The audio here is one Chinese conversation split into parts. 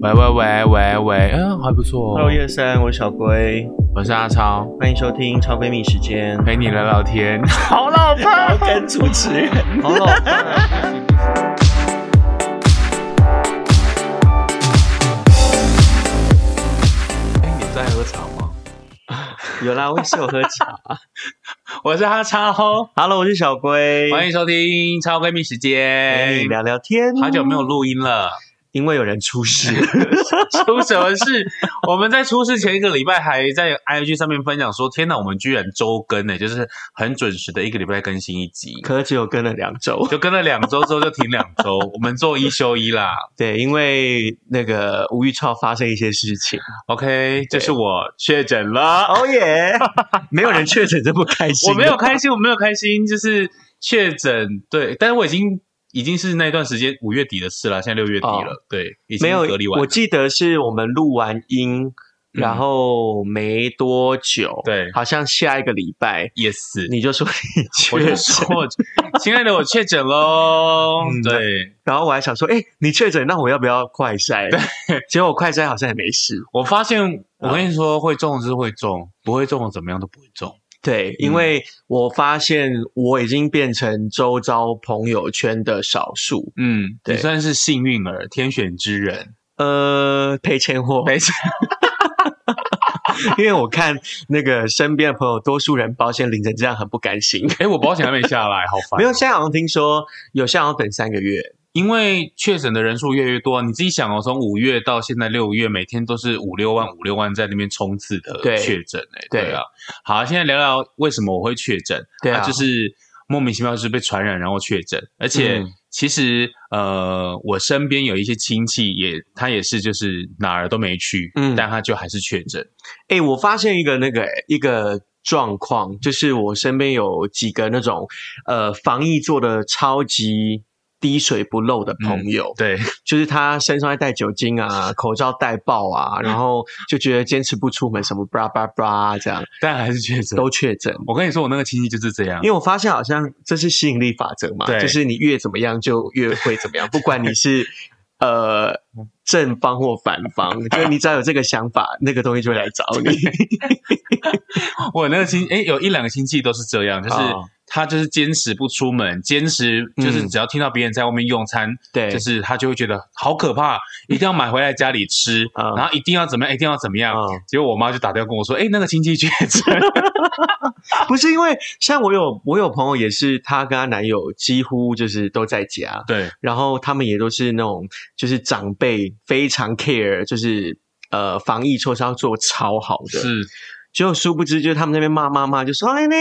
喂喂喂喂喂，嗯，还不错、 Hello，哦。叶三，我是小龟，我是阿超，欢迎收听超闺蜜时间。陪你聊聊 天。好老婆，要跟主持人，好老派。哎，你在喝茶吗？有啦，我也是有喝 茶。我是阿超， Hello，我是小龟，哦欢迎收听超闺蜜时哎陪间你。聊聊天。好久没有，录音了，因为有人出事。出什么 事？我们在出事前一个礼拜还在 IG 上面分享说，天哪，我们居然周更呢、就是很准时的一个礼拜更新一集，可只有跟了两 周，就跟了两周之后就停两周，我们做一休一啦。对，因为那个吴玉超发生一些事 情， OK，就是我确诊了。哦耶，没有人确诊这么开 心，我没有，开心，我没有开心，就是确诊对，但是我已经已经是那段时间五月底的事了，现在六月底了，对，已经没有隔离，完我了，嗯记得是我们录完音，然后没多久，对好像下一个礼拜也是，你就说你我就确诊，说， 亲爱的，我确诊喽嗯，对然后我还想说，哎、你确诊，那我要不要快筛？结果我快筛好像也没事。我发现，我跟你说，会中是会中，不会中我怎么样都不会中，对，因为我发现我已经变成周遭朋友圈的少数，嗯，对你算是幸运儿，天选之人，呃，赔钱货。没错， 因为我看那个身边的朋友，多数人保险领成这样很不甘心。哎，我保险还 没下来，好烦，哦没有，现在好像听说有些好像等三个月，因为确诊的人数越来越多，你自己想哦，从五月到现在六月，每天都是五六万、五六万在那边冲刺的对确诊、哎，对对啊。好，现在聊聊为什么我会确诊，对啊就是莫名其妙就是被传染然后确诊，而且嗯其实、呃，我身边有一些亲戚也他也是就是哪儿都没去，嗯但他就还是确诊，哎、我发现一个那个、欸、一个状况，就是我身边有几个那种呃防疫做的超级滴水不漏的嗯朋友， 对，就是他身上还带酒精啊，口罩戴爆啊，然后就觉得坚持不出门什么 bra bra bra 这样但还是确诊。都确诊。我跟你说，我那个亲戚就是这样因，为我发现好像这是吸引力法则嘛，对就是你越怎么样就越会怎么样，不管你是呃嗯正方或反方，就是你只要有这个想法，那个东西就会来找 你。我那个亲，哎，有一两个亲戚都是这样，就是哦他就是坚持不出门，坚持就是嗯只要听到别人在外面用餐，对，就是他就会觉得好可怕，一定要买回来家里吃，嗯然后一定要怎么样，一定要怎么样。嗯结果我妈就打电话跟我说：“哎、那个亲戚确 诊。不是因为像我有我有朋友也是，她跟她男友几乎就是都在家”，对，然后他们也都是那种就是长辈非常 care，就是呃防疫措施要做超好 的，是结果殊不知就是他们那边骂骂骂，就说哎呢。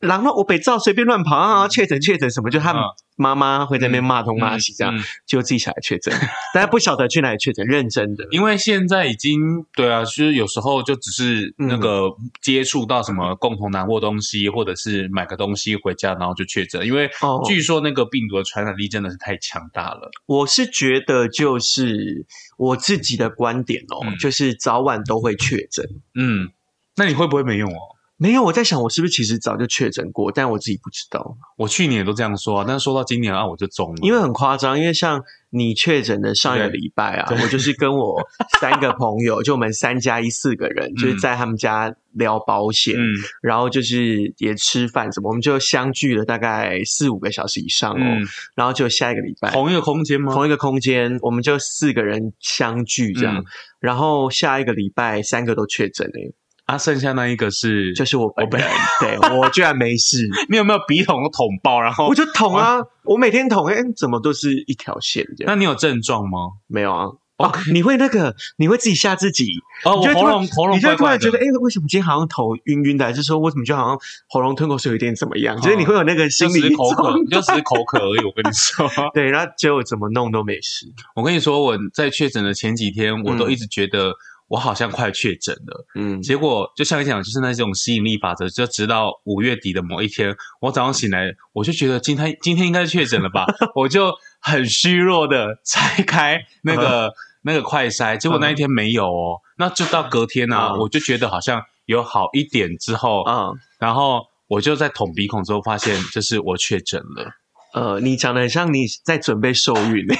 然后我北照随便乱跑啊，确诊确诊什么，就他们嗯妈妈会在那边骂东骂西这样，嗯嗯结果自己小孩确诊，大家不晓得去哪里确诊，认 真的，因为现在已经对啊，就是有时候就只是那个嗯接触到什么共同拿过东西，或者是买个东西回家，然后就确诊。因为哦据说那个病毒的传染力真的是太强大了。我是觉得就是我自己的观点哦，嗯就是早晚都会确诊。嗯，那你会不会没用哦？没有，我在想我是不是其实早就确诊过，但我自己不知道，我去年也都这样说啊，但是说到今年啊，我就中了，因为很夸张，因为像你确诊的上一个对礼拜啊，对我就是跟我三个朋友，就我们三加一四个人，就是在他们家聊保险，嗯，然后就是也吃饭什么，我们就相聚了大概四五个小时以上哦，嗯然后就下一个礼拜同一个空间吗？同一个空间，我们就四个人相聚这样，嗯然后下一个礼拜三个都确诊了，啊，剩下那一个是，就是我本我本人，对我居然没事，你有没有笔筒捅爆？然后 我，就捅啊，我每天捅，哎、怎么都是一条线这哦那样？你有症状吗？没有啊。哦，你会那个，你会自己吓自己，哦，我你就会突喉然咙喉咙你就怪会突怪然的觉得，哎、为什么今天好像头晕晕的，还是说为什么就好像喉咙吞口水有点怎么样？就是你会有那个哦就心只理是口渴状，就只是口渴而已。我跟你说， 对，然后结果怎么弄都没事。我跟你说，我在确诊的前几天，我都嗯一直觉得我好像快确诊了。嗯，结果就像你讲，就是那种吸引力法则，就直到五月底的某一天，我早上醒来，我就觉得今天今天应该确诊 了吧，我就很虚弱的拆开那 个、那个快筛，结果那一天没有哦，那就到隔天啊，嗯我就觉得好像有好一点之后，啊、然后我就在捅鼻孔之后发现，就是我确诊了。 呃，你讲的很像你在准备受孕、欸、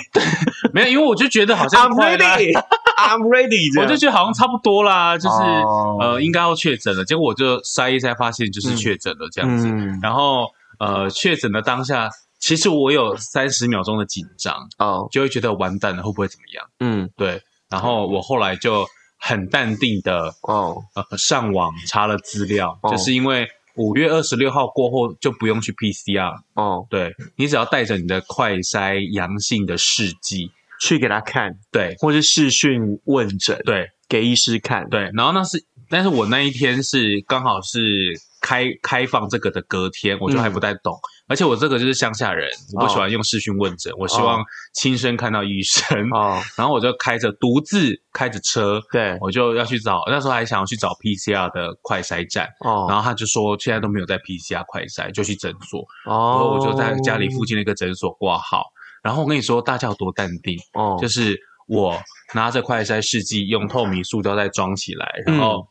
没有，因为我就觉得好像，I'm 快了， ready， I'm ready，这 我样就觉得好像差不多啦，就是、哦呃应该要确诊了，结果我就筛一筛发现就是确诊了这样子，嗯然后呃确诊的当下，其实我有三十秒钟的紧张，哦就会觉得完蛋了会不会怎么样？嗯对，然后我后来就很淡定的哦呃上网查了资料，哦就是因为五月二十六号过后就不用去 PCR，哦，对你只要带着你的快筛阳性的试剂，去给他看，对或是视讯问诊，对给医师看，对，然后那是，但是我那一天是刚好是开开放这个的隔天，我就嗯还不太懂，而且我这个就是乡下人，我哦不喜欢用视讯问诊，我希望亲身看到医生，哦 然后我就开着独自开着车。对我就要去找，那时候还想要去找 PCR 的快筛站，然哦后他就说现在都没有在 PCR 快筛，就去诊所。然后哦，我就在家里附近的一个诊所挂号。然后我跟你说，大家有多淡定，哦就是我拿着快筛试剂，用透明塑胶袋装起来，嗯然后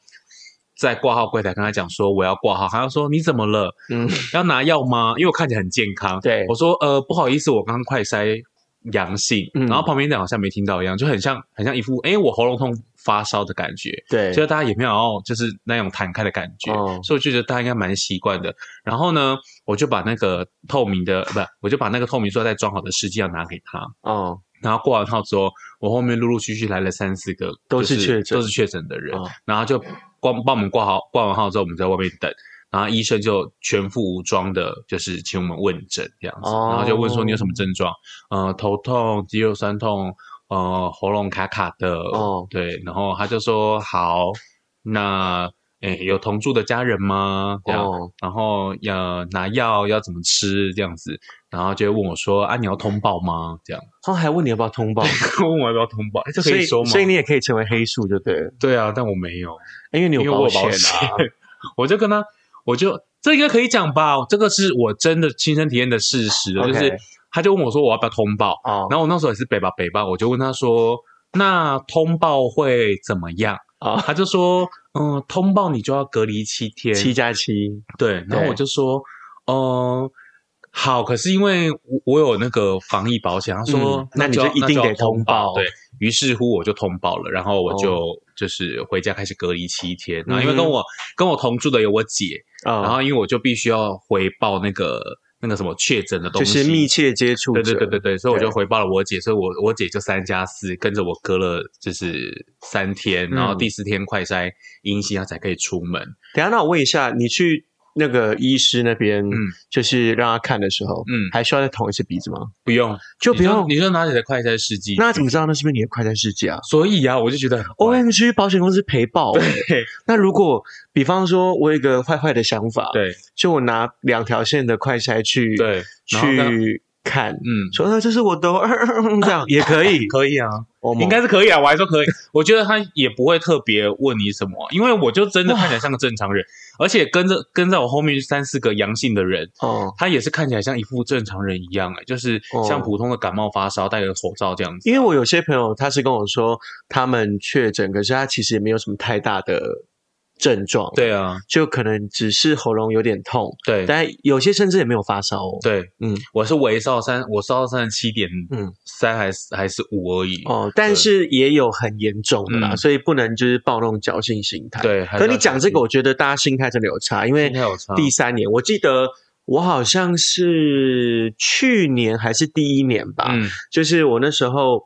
在挂号柜台跟他讲说我要挂号，他就说你怎么了？嗯要拿药吗？因为我看起来很健康。对我说呃不好意思，我刚刚快筛阳性，嗯然后旁边的人好像没听到一样，就很像很像一副哎我喉咙痛发烧的感觉。对就是大家也没有要就是那种弹开的感觉，哦所以我就觉得大家应该蛮习惯的。然后呢，我就把那个透明的不，我就把那个透明塑料袋装好的试剂要拿给他。哦然后挂完号之后，我后面陆陆续续来了三四个，都就是确诊都是确诊的人。哦然后就光帮我们挂号，挂完号之后我们在外面等，然后医生就全副武装的，就是请我们问诊这样子，哦然后就问说你有什么症状？呃，头痛、肌肉酸痛，呃，喉咙卡卡的，哦对，然后他就说好，那诶有同住的家人吗？这样，哦然后要拿药要怎么吃这样子，然后就会问我说啊你要通报吗？这样，他还问你要不要通 报，问我要不要通报，诶哎这可所以说吗？所以你也可以成为黑数就对了，对啊，但我没有。因为你因为有我有险保啊，险 我就跟他，我就这应该可以讲吧，这个是我真的亲身体验的事实，啊就 OK 是他就问我说我要不要通报，哦然后我那时候也是北吧北吧，我就问他说那通报会怎么样？啊他就说嗯，通报你就要隔离七天，七加七，对，然后对我就说嗯。好，可是因为我我有那个防疫保险，他说、嗯那你就就要一定要得通通报对于是乎我就通报了，然后我哦就、就是回家开始隔离七天，然后因为嗯哼哦跟我、跟我同住的有我姐，然然后因为我就必须要回报那个那个什么确诊的东就西，是密切接触对者，对对对对，对，所以我就回报了我姐，所以我我姐就三加四跟着我隔了就是三天，嗯然后第四天快筛阴性，她才可以出门。等一下那我问一下，你去那个医师那边，嗯就是让他看的时候，嗯还需要再捅一次鼻子吗？不用，就不用你，就你就拿你的快筛试剂，那他哦怎么知道那是不是你的快餐世界 啊？所以啊，我就觉得很？O 怪 M G 保险公司赔爆、欸。对那如果比方说，我有一个坏坏的想法，， 对就我拿两条线的快筛去对，然后呢去看，嗯。说啊那这是我的，这样也可 以。可以啊，哦应该是可以啊，我还说可以。我觉得他也不会特别问你什么，因为我就真的看起来像个正常 人，而且跟着跟在我后面三四个阳性的人，哦，他也是看起来像一副正常人一样、欸，就是像普通的感冒发烧，戴个口罩这样子。哦因为我有些朋友他是跟我说他们确诊，可是他其实也没有什么太大的症状，，对啊，就可能只是喉咙有点痛，对但有些甚至也没有发烧哦。对，嗯，我是微烧三，我烧到三十七点嗯三还是还是五而已。哦，但是也有很严重的啦，嗯所以不能就是抱那种侥幸心态。，对，还是可要你讲这个，小我觉得大家心态真的有差，因为心态有差第三年，我记得我好像是去年还是第一年吧，心，嗯就是我那时候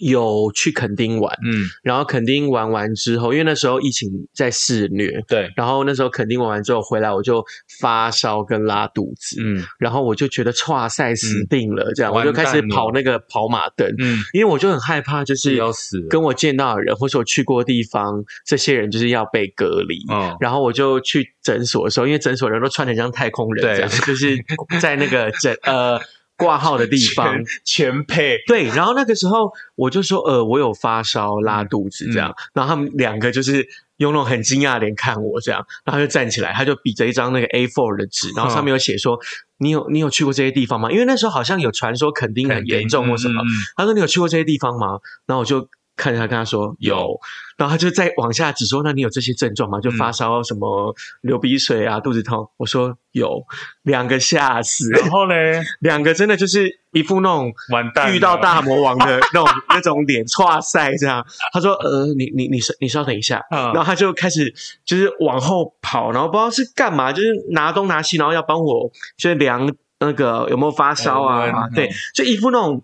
有去垦丁玩，嗯，然后垦丁玩完之后，因为那时候疫情在肆虐。对，然后那时候垦丁玩完之后回来，我就发烧跟拉肚子，嗯然后我就觉得哇塞死定了，这样、我就开始完蛋了跑那个跑马灯，嗯，因为我就很害怕，就是要死了跟我见到的人，或是我去过的地方，这些人就是要被隔离。哦，然后我就去诊所的时候，因为诊所人都穿得像太空人这样，就是在那个诊呃挂号的地方。全配，对，然后那个时候我就说，呃，我有发烧、拉肚子这样，然后他们两个就是用那种很惊讶的脸看我这样，然后他就站起来，他就比着一张那个 A4 的纸，然后上面有写说，你有你有去过这些地方吗？因为那时候好像有传说垦丁很严重或什么，嗯，嗯嗯他说你有去过这些地方吗？然后我就看着他，跟他说有有，然后他就再往下指说，那你有这些症嗯状吗？就发烧、什么流鼻水啊、肚子痛。我说有，两个吓 死，然后嘞，两个真的就是一副那种完蛋了，遇到大魔王的那种那种脸， 哇塞这样。他说：“呃，你你你稍你稍等一下。”嗯然后他就开始就是往后跑，然后不知道是干嘛，就是拿东拿西，然后要帮我就是量那个有没有发烧哎嗯我啊们，对，就一副那种。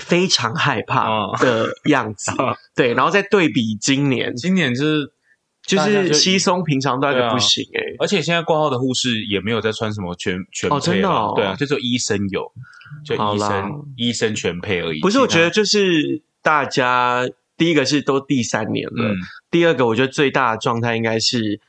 非常害怕嗯的样 子，嗯对，然后再对比今年，今年就是，就大家是就稀松平常到一对个啊不行哎、而且现在挂号的护士也没有在穿什么全全配哦真的了哦对啊，就只有医生有，就好医啦生医生全配而已。不是，我觉得其就是大家第一个是都第三年他了，嗯第二个，我觉得最大的状态应该是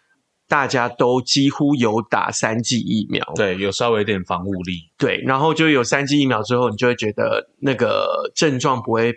大家都几乎有打三剂疫苗，对有稍微有点防护力，对，然后就有三剂疫苗之后，你就会觉得那个症状不会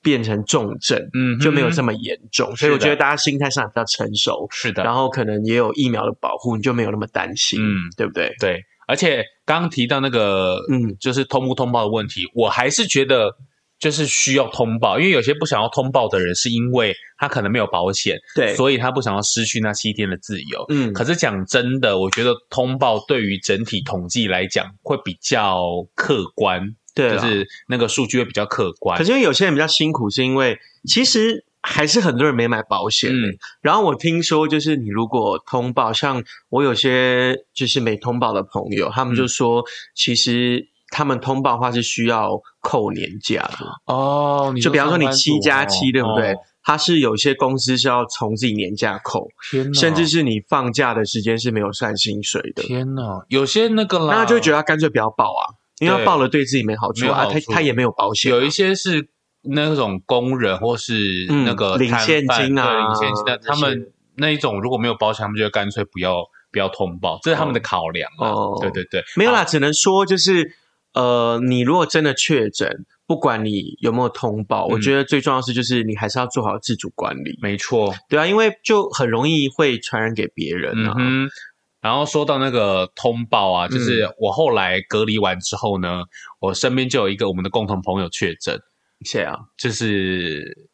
变成重症，嗯哼，就没有这么严重，所以我觉得大家心态上比较成熟，是的，然后可能也有疫苗的保护，你就没有那么担心，嗯对不对？对，而且刚刚提到那个嗯，就是通不通报的问题，我还是觉得就是需要通报，因为有些不想要通报的人，是因为他可能没有保险，对，所以他不想要失去那七天的自由。嗯，可是讲真的，我觉得通报对于整体统计来讲会比较客观，对就啦，是那个数据会比较客观。可是因为有些人比较辛苦，是因为其实还是很多人没买保险，嗯，然后我听说，就是你如果通报，像我有些就是没通报的朋友，他们就说，其实他们通报的话是需要扣年假的。哦，就比方说你七加七，对不对哦？它是有些公司是要从自己年假扣，天哪，甚至是你放假的时间是没有算薪水的，天哪，有些那个啦，那他就会觉得他干脆不要报啊，因为他对报了对自己没好处没有啊，好他处他也没有保险啊。有一些是那种工人或是嗯那个领摊现贩金啊对领现金的，这他们那一种如果没有保险，他们就会干脆不要不要通报，这是他们的考量啊。哦对对对，没有啦，好，只能说就是呃，你如果真的确诊，不管你有没有通报，我嗯觉得最重要的是就是你还是要做好自主管理，没错，对啊，因为就很容易会传染给别人嗯啊。哼。然后说到那个通报嗯啊，就是我后来隔离完之后呢，我身边就有一个我们的共同朋友确诊，谁啊？就是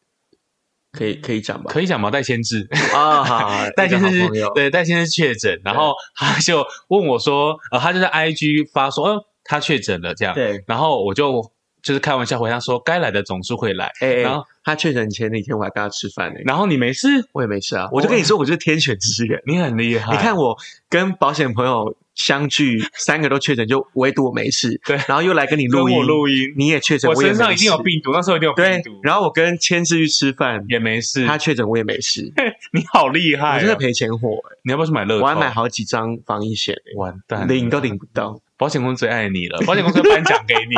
可以嗯可以讲吧？可以讲吗？戴先志， 啊，好， 戴先一个好生朋友， 对戴先生确诊，然后他就问我说，呃，他就是 IG 发说，嗯、他确诊了这样，对，然后我就就是开玩笑回他说，该来的总是会来，哎、然哎后他确诊前那天我还跟他吃饭呢、然后你没事，我也没事啊，我就跟你说，我就是天选之 人。你很厉害，你看我跟保险朋友相聚，三个都确诊，就唯独我没事。对然后又来跟你跟录音，我录音，你也确诊，我也身上没一定有事病毒，那时候一定有对病毒，，然后我跟千志去吃饭，也没事，他确诊我也没事，你好厉害、我哦，真的赔钱货欸、你要不要去买乐透？我还买好几张防疫险欸、完蛋了，领都领不到。保险公司最爱你了，保险公司颁奖给 你，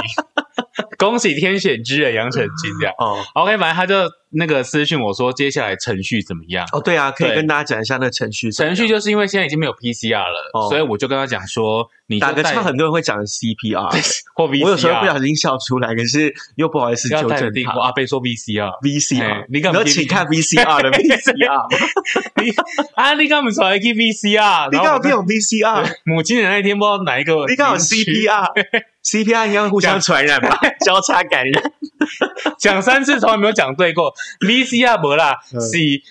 恭喜天选之人杨丞琳这样。哦 OK，反正他就那个私讯我说接下来程序怎么样。哦，对啊，可以对跟大家讲一下那个程序怎么程序样。就是因为现在已经没有 PCR 了，哦所以我就跟他讲说，你就打个带岔，很多人会讲 CPR，或 VCR，我有时候不小心笑出来，可是又不好意思要纠淡正定。他我。阿贝说 VCR， VCR，嘿哎你敢要不信请看 VCR 的 VCR，啊，你刚不说 K VCR，你然刚好后我听有 VCR，对母亲的那一天不知道哪一个，你刚 好 CPR，CPR 应该会啊互相传染吧，交叉感染。讲三次从来没有讲对过 VCR 不啦，嗯是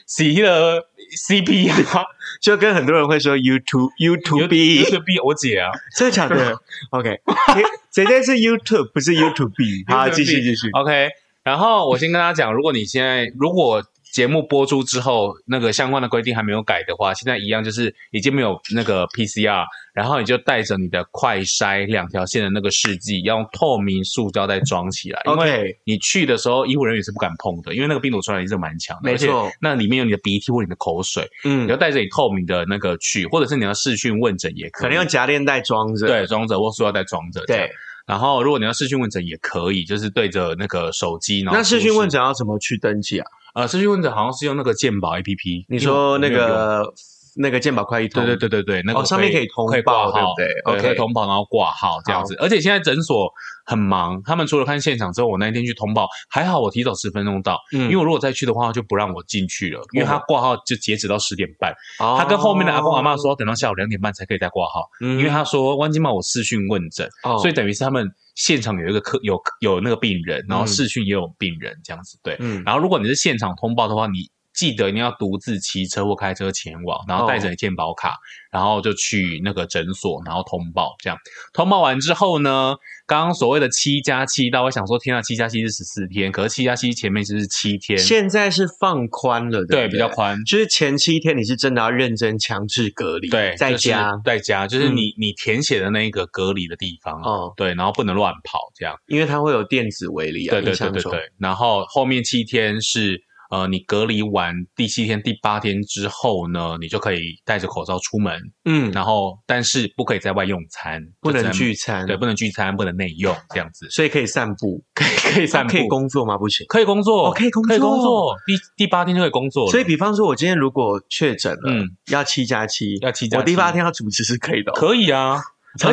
是那个啊 CPR，就跟很多人会说 YouTube 有 YouTube 是 B 我姐啊，真的假的？OK，你直接是 YouTube 不是 YouTube 好，继续继续。 OK，然后我先跟大家讲，如果你现在如果节目播出之后，那个相关的规定还没有改的话，现在一样就是已经没有那个 PCR，然后你就带着你的快筛两条线的那个试剂，要用透明塑胶袋装起来，哦因为 OK，你去的时候医护人员是不敢碰的，因为那个病毒传染力是蛮强的，没错而且那里面有你的鼻涕或你的口水，你要嗯，带着你透明的那个去，或者是你要视讯问诊也可以，可能用夹链袋装着。对装着或塑料袋装着，对，，然后如果你要视讯问诊也可以，就是对着那个手机，然后那视出讯示问，诊要怎么去登记啊？呃，视讯问诊好像是用那个健保 APP，你说那因为我没有用。个那个健保快易通，对对对对对，那个哦上面可以通可以报挂号，对不对可以 OK 通报，然后挂号这样子。而且现在诊所很忙，他们除了看现场之后，我那一天去通报，还好我提早十分钟到，嗯，因为我如果再去的话就不让我进去了，因为他挂号就截止到十点半，哦他跟后面的阿公阿妈，说要等到下午两点半才可以再挂号，因因为他说万金茂我视讯问诊，哦所以等于是他们现场有一个客有有那个病人，然后视讯也有病人这样子，对。嗯，然后如果你是现场通报的话，你记得你要独自骑车或开车前往，然后哦带着你健保卡，然后就去那个诊所，然后通报这样。通报完之后呢，刚刚所谓的七加七，大家会想说，天啊，七加七是十四天，可是七加七前面就是七天，现在是放宽了，对，对，比较。宽。就是前七天你是真的要认真强制隔离，对，在就是家、嗯在家，就是你、你填写的那个隔离的地方，哦，对，然后不能乱跑这样。因为它会有电子围篱啊，对对印对象对中对。然后后面七天是呃，你隔离完第七天、第八天之后呢，你就可以戴着口罩出门，嗯，然后但是不可以在外用餐，不就只能聚餐，对，不能聚餐，不能内用这样子，所以可以散步，可以可以散那步，可以工作吗？不行。可以工作，哦可以工作可以工作，第第八天就可以工作了，所以，比方说，我今天如果确诊了，嗯要七加七，要七加我第七八天要主持是可以的哦、可以啊，厂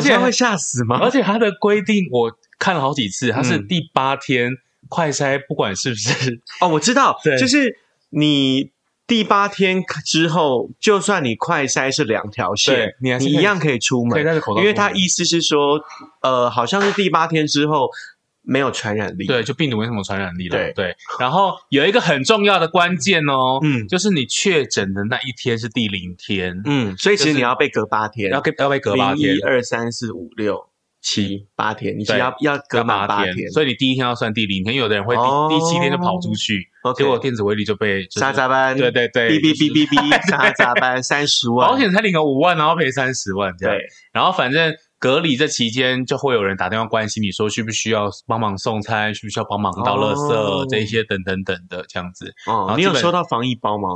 而商且会吓死吗？而且它的规定我看了好几次，它是嗯第八天快筛，不管是不 是哦，我知道，对就是你第八天之后，就算你快筛是两条线对，你还是你可以一样可以出可以门，戴着口罩出门，因为他意思是说，呃，好像是第八天之后没有传染力。，对，就病毒没什么传染力了。对然后有一个很重要的关键哦，嗯就是你确诊的那一天是第零天，嗯，所以其实就是你要被隔八天，要给要被隔八天一，二三四五六七八天，你是对要要隔要满八天天，，所以你第一天要算第零天，有的人会第、哦第七天就跑出去， OK 结果电子威力就被、就是、沙扎班，对对对，哔哔就是哔哔哔， 沙扎班三十万，保险才领个五万，然后赔三十万这样。对，然后反正隔离这期间，就会有人打电话关心你说需不需要帮忙送餐，需不需要帮忙倒垃圾、哦这一些等等等的这样子哦后，你有基本收到防疫包吗？。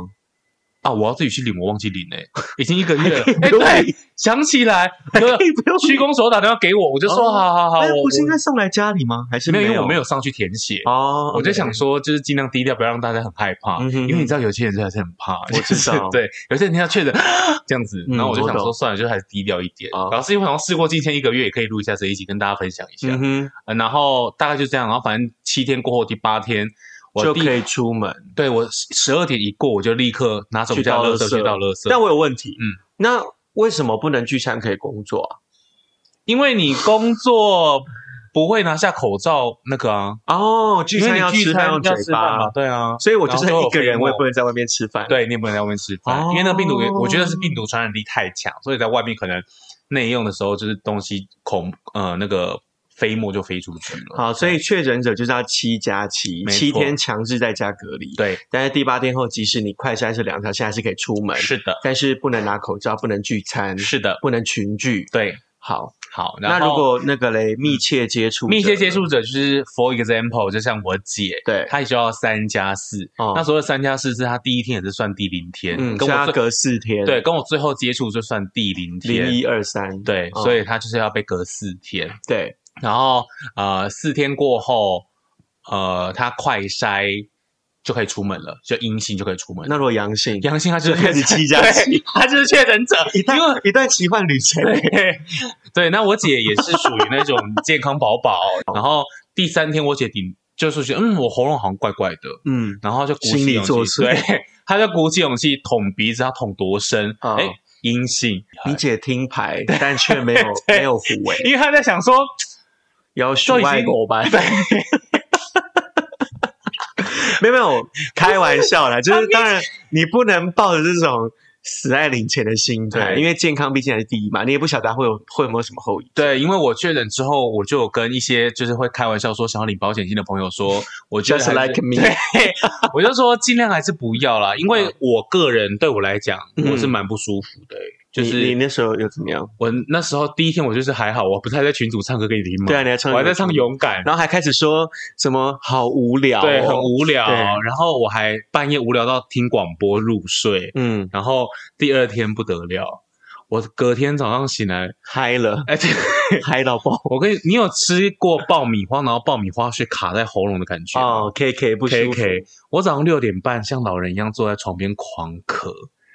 啊，我要自己去领，我忘记领嘞、已经一个月了 哎、不用领对，想起来，有嘿 不用区公所打电话给我，我就说哦好好好，哎我不是应我该送来家里吗？还是没有，因为我没有有上去填写。哦，我就 OK 想啊说，就是尽量低调，不要让大家很害怕，嗯哼哼因为你知道有些人真的是很怕，我知道 就是对，有些人听到确诊 这样子，嗯然后我就想我懂说算了，就还是低调一点。哦然后是因为好像试过今天一个月，也可以录一下这一集，跟大家分享一下。嗯哼，呃然后大概就这样，然后反正七天过后，第八天我就第可以出门。对我十二点一过，我就立刻拿走去家倒垃垃圾圾去倒垃圾。但我有问题，嗯，那为什么不能聚餐可以工作因为你工作不会拿下口罩那个啊，啊？哦，聚因为餐你要聚吃餐饭用嘴要吃饭嘛巴，，对啊，所以我就算然后一个人，就有我也不能在外面吃饭。，对你也不能在外面吃饭，哦因为那个病毒也，我觉得是病毒传染力太强，所以在外面可能内用的时候就是东西恐呃那个飞沫就飞出去了。好，所以确诊者就是要七加七，没错七天强制在家隔离。，对，但是第八天后，即使你快筛是两条线，还是可以出门，是的，但是不能拿口罩，不能聚餐，是的，不能群聚。对，好，好。然那后如果那个嘞，密切接触，密切接，触者就是 for example，就像我姐，对，她也就要三加四。哦那所谓三加四是她第一天也是算第零天，嗯，跟所以要我最隔四天，对，跟我最后接触就算第零天。零一二三，对，哦所以他就是要被隔四天，对，然后呃四天过后，呃他快筛就可以出门了，就阴性就可以出门。那如果阳性，阳性他就是就开始确诊七加七对他就是确诊者，一因段为。一段奇幻旅程，对 对，那我姐也是属于那种健康宝宝，然后第三天我姐顶就是觉得嗯我喉咙好像怪怪的，嗯，然后就鼓心理起勇气，作祟对，她就鼓起勇气捅鼻子，她捅多深？哦哎、阴性，你姐听牌，但却没有没有扶尾， 因为她在想说，要去已经外国吧？ 对，没有没有，开玩笑啦，就是当然你不能抱着这种死爱领钱的心态，对因为健康毕竟还是第一嘛，你也不晓得它会有会有没有什么后遗。对，因为我确诊之后，我就有跟一些就是会开玩笑说想要领保险金的朋友说，我觉得 Just 还是 like me 对，我就说尽量还是不要啦，因为我个人对我来讲，嗯我是蛮不舒服的、欸就你你是那时候又怎么样？我那时候第一天我就是还好，我不是还在群主唱歌给你听吗？对啊，你还嗯唱，我还在唱，勇敢，然后还开始说什么好无聊哦，对，很无聊对，然后我还半夜无聊到听广播入睡，嗯，然后第二天不得了，我隔天早上醒来，嗨了， 而且。嗨到 爆。我跟你，你有吃过爆米花，然后爆米花是卡在喉咙的感觉吗哦，K K 不舒 K 服， K，我早上六点半像老人一样坐在床边狂咳，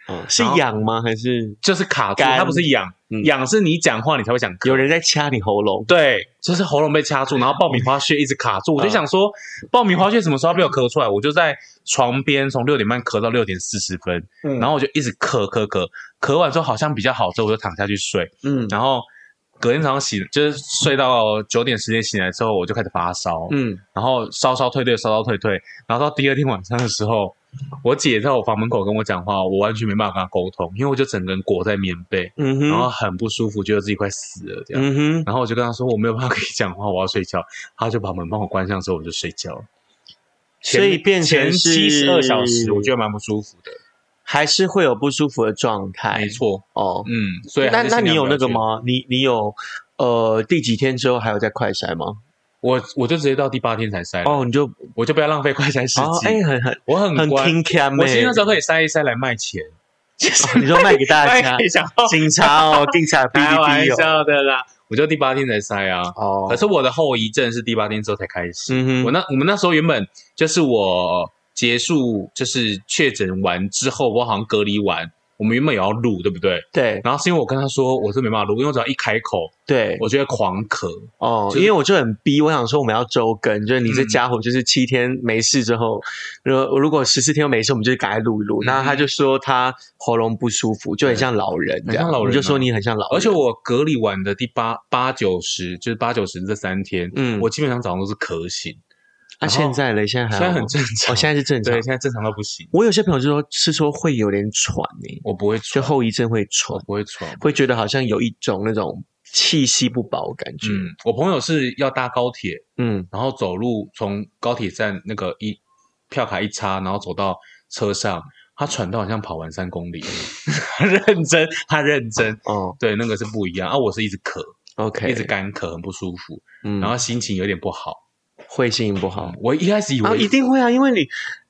嗯是痒吗？还是就是卡住，干它不是痒嗯，痒、是你讲话你才会想有咳。人在掐你喉咙？对，就是喉咙被掐住，然后爆米花屑一直卡住，我就嗯想说，爆米花屑什么时候被我咳出来？我就在床边从六点半咳到六点四十分，嗯然后我就一直咳咳咳，咳完之后好像比较好之后，我就躺下去睡，嗯然后隔天早上醒，就是睡到九点十点醒来之后，我就开始发烧，嗯，然后烧烧退退，烧烧退退，然后到第二天晚上的时候，我姐在我房门口跟我讲话，我完全没办法跟她沟通，因为我就整个人裹在棉被，嗯哼，然后很不舒服，觉得自己快死了这样。嗯哼，然后我就跟她说我没有办法跟你讲话，我要睡觉。她就把门帮我关上之后，我就睡觉了。所以变前成是七十二小时，我觉得蛮不舒服的。还是会有不舒服的状态没错，哦。嗯，所以那还是那你尽量有不要那个去？吗？你你有呃第几天之后还有在快筛吗？我我就直接到第八天才筛，哦，你就我就不要浪费快筛时哦，哎、机。很很我很很乖，听 cam，欸哦我其实那时候可以筛一筛来卖钱，你说卖给大大 家家，想到警察哦，警察哔哎 开玩哔哔笑的啦。哦我就第八天才筛啊，哦，可是我的后遗症是第八天之后才开始。我嗯哼，那我们那时候原本就是我结束就是确诊完之后，我好像隔离完，我们原本也要录，对不对？对然后是因为我跟他说我是没办法录，因为我只要一开口，对我就会狂咳。哦，就是因为我就很逼，我想说我们要周更，就是你这嗯家伙就是七天没事之后，如果如果十四天没事，我们就赶快录一录。嗯那他就说他喉咙不舒服，就很像老人这很样，像老人啊你就说你很像老人，而且我隔离完的第八八九十，就是八九十这三天，嗯我基本上早上都是咳醒，啊，然后现在嘞，现在还现好在吗很正常。哦，现在是正常对，。现在正常到不行，我有些朋友就说是说会有点喘呢、我不会就喘，后遗症会我喘，不会喘。会觉得好像有一种那种气息不饱的感觉。嗯，我朋友是要搭高铁，嗯然后走路从高铁站那个一票卡一插，然后走到车上，他喘到好像跑完三公里， 认真，他认真。哦对，那个是不一样啊！我是一直咳， ，OK，一直干咳，很不舒服，嗯，然然后后心情有点不好。会心情不好嗯，我一开始以然后为一定会啊，因为你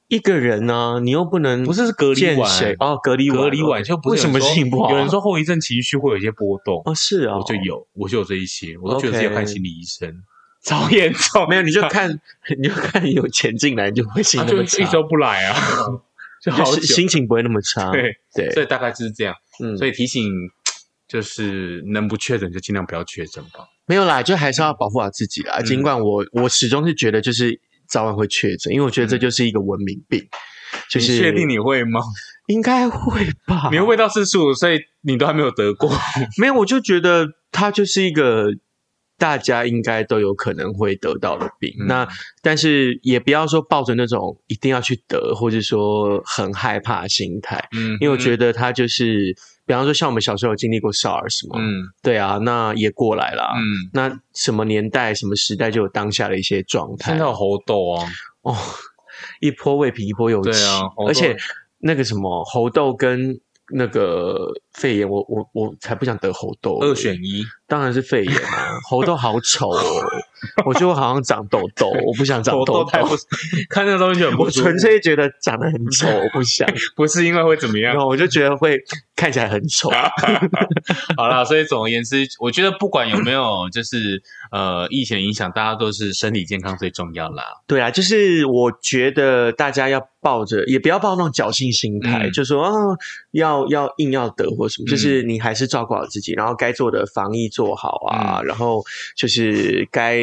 一个人呢、你又不能不是是隔离见完，谁哦，隔离隔离完晚就不为是什有人么说心情不好啊？有人说后遗症情绪会有一些波动，哦是啊、我就有，我就有这一些，我都觉得自己要 OK 看心理医生，超严重。没有你就看 你就看有钱进来，你就会心他情就那么一差，直都不来啊， 就好就是久。心啊情不会那么差。对，对，所以大概就是这样。嗯，所以提醒就是能不确诊就尽量不要确诊吧。没有啦，就还是要保护好自己啦。嗯尽管我我始终是觉得就是早晚会确诊，因为我觉得这就是一个文明病，就是你确定你会 吗？应该会吧？ 你会不会到四十五岁你都还没有得过？没有，我就觉得它就是一个大家应该都有可能会得到的病。嗯那但是也不要说抱着那种一定要去得，或者说很害怕的心态，嗯因为我觉得，得它就是，比方说像我们小时候有经历过 SARS 嘛，嗯对啊，那也过来啦。嗯，那什么年代、什么时代就有当下的一些状态现在有猴痘啊，哦，一波未平一波又起，对啊猴痘而且那个什么猴痘跟那个肺炎，我我我才不想得猴痘，二选一，当然是肺炎啊！猴痘好丑哦，我觉得我好像长痘痘，我不想长猴痘痘痘太，不， 看那个东西就很不啊我舒服纯粹觉得长得很丑，我不 想。不是因为会怎么样 然。后我就觉得会看起来很丑。好啦，所以总而言之，我觉得不管有没有就是呃疫情的影响，大家都是身体健康最重要啦。对啊，就是我觉得大家要抱着，也不要抱那种侥幸心态，嗯就说啊、哦要要硬要得或什么，嗯就是你还是照顾好自己，然后该做的防疫做好啊，嗯然后就是该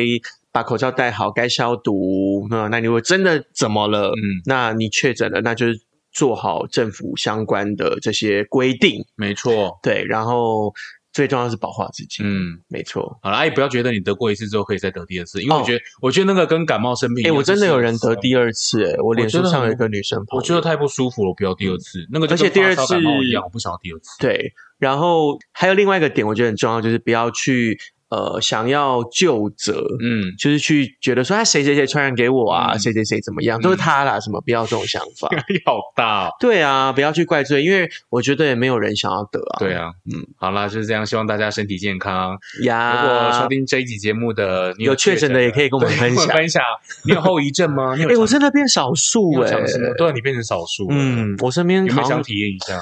把口罩戴好，该消毒。嗯那那你如果真的怎么了，嗯，那你确诊了，那就是做好政府相关的这些规定，没错。对，然后最重要的是保护好自己，嗯，没错。好啦，也不要觉得你得过一次之后可以再得第二次，因为哦我觉得，我觉得那个跟感冒生病一哎、样，嗯我真的有人得第。第二次、诶我脸觉书得上有很一个女生朋友，我觉得太不舒服了，我不要嗯第二次。那个就而且跟第发二烧感冒次一样，我不想要第二次。对，然后还有另外一个点，我觉得很重要，就是不要去呃想要就责。嗯，就是去觉得说，啊，谁谁谁传染给我啊，嗯谁谁谁怎么样，都是他啦，什么不要这种想法。压力好大、哦。对啊，不要去怪罪，因为我觉得也没有人想要得啊。对啊，嗯嗯，好啦，就是这样，希望大家身体健康。呀，如果收听这一集节目的，你啊有确诊的也可以跟我们对分享跟分 享。你有后遗症吗？你有哎、长？我真的变少数你有哎、长什么？对，啊你变成少数了。嗯，我身边有没好有像想体验一下？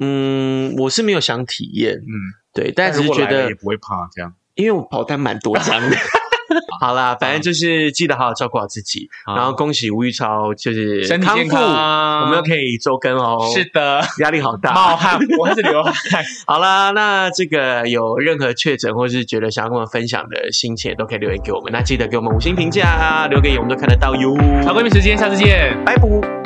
嗯，我是没有想体验，嗯，对，但只如是果觉来了得也，不会怕这样。因为我跑单蛮多 张的。好啦，反正就是记得好好照顾好自己，好然后恭喜吴玉超就是身体康健复，康我们又可以周更哦，是的，压力好大。冒汗，我还是流汗。 好啦，那这个有任何确诊或是觉得想要跟我们分享的心情，都可以留言给我们，那记得给我们五星评价啊，留给我们都看得到哟。好，闺蜜时间，下次见。拜拜。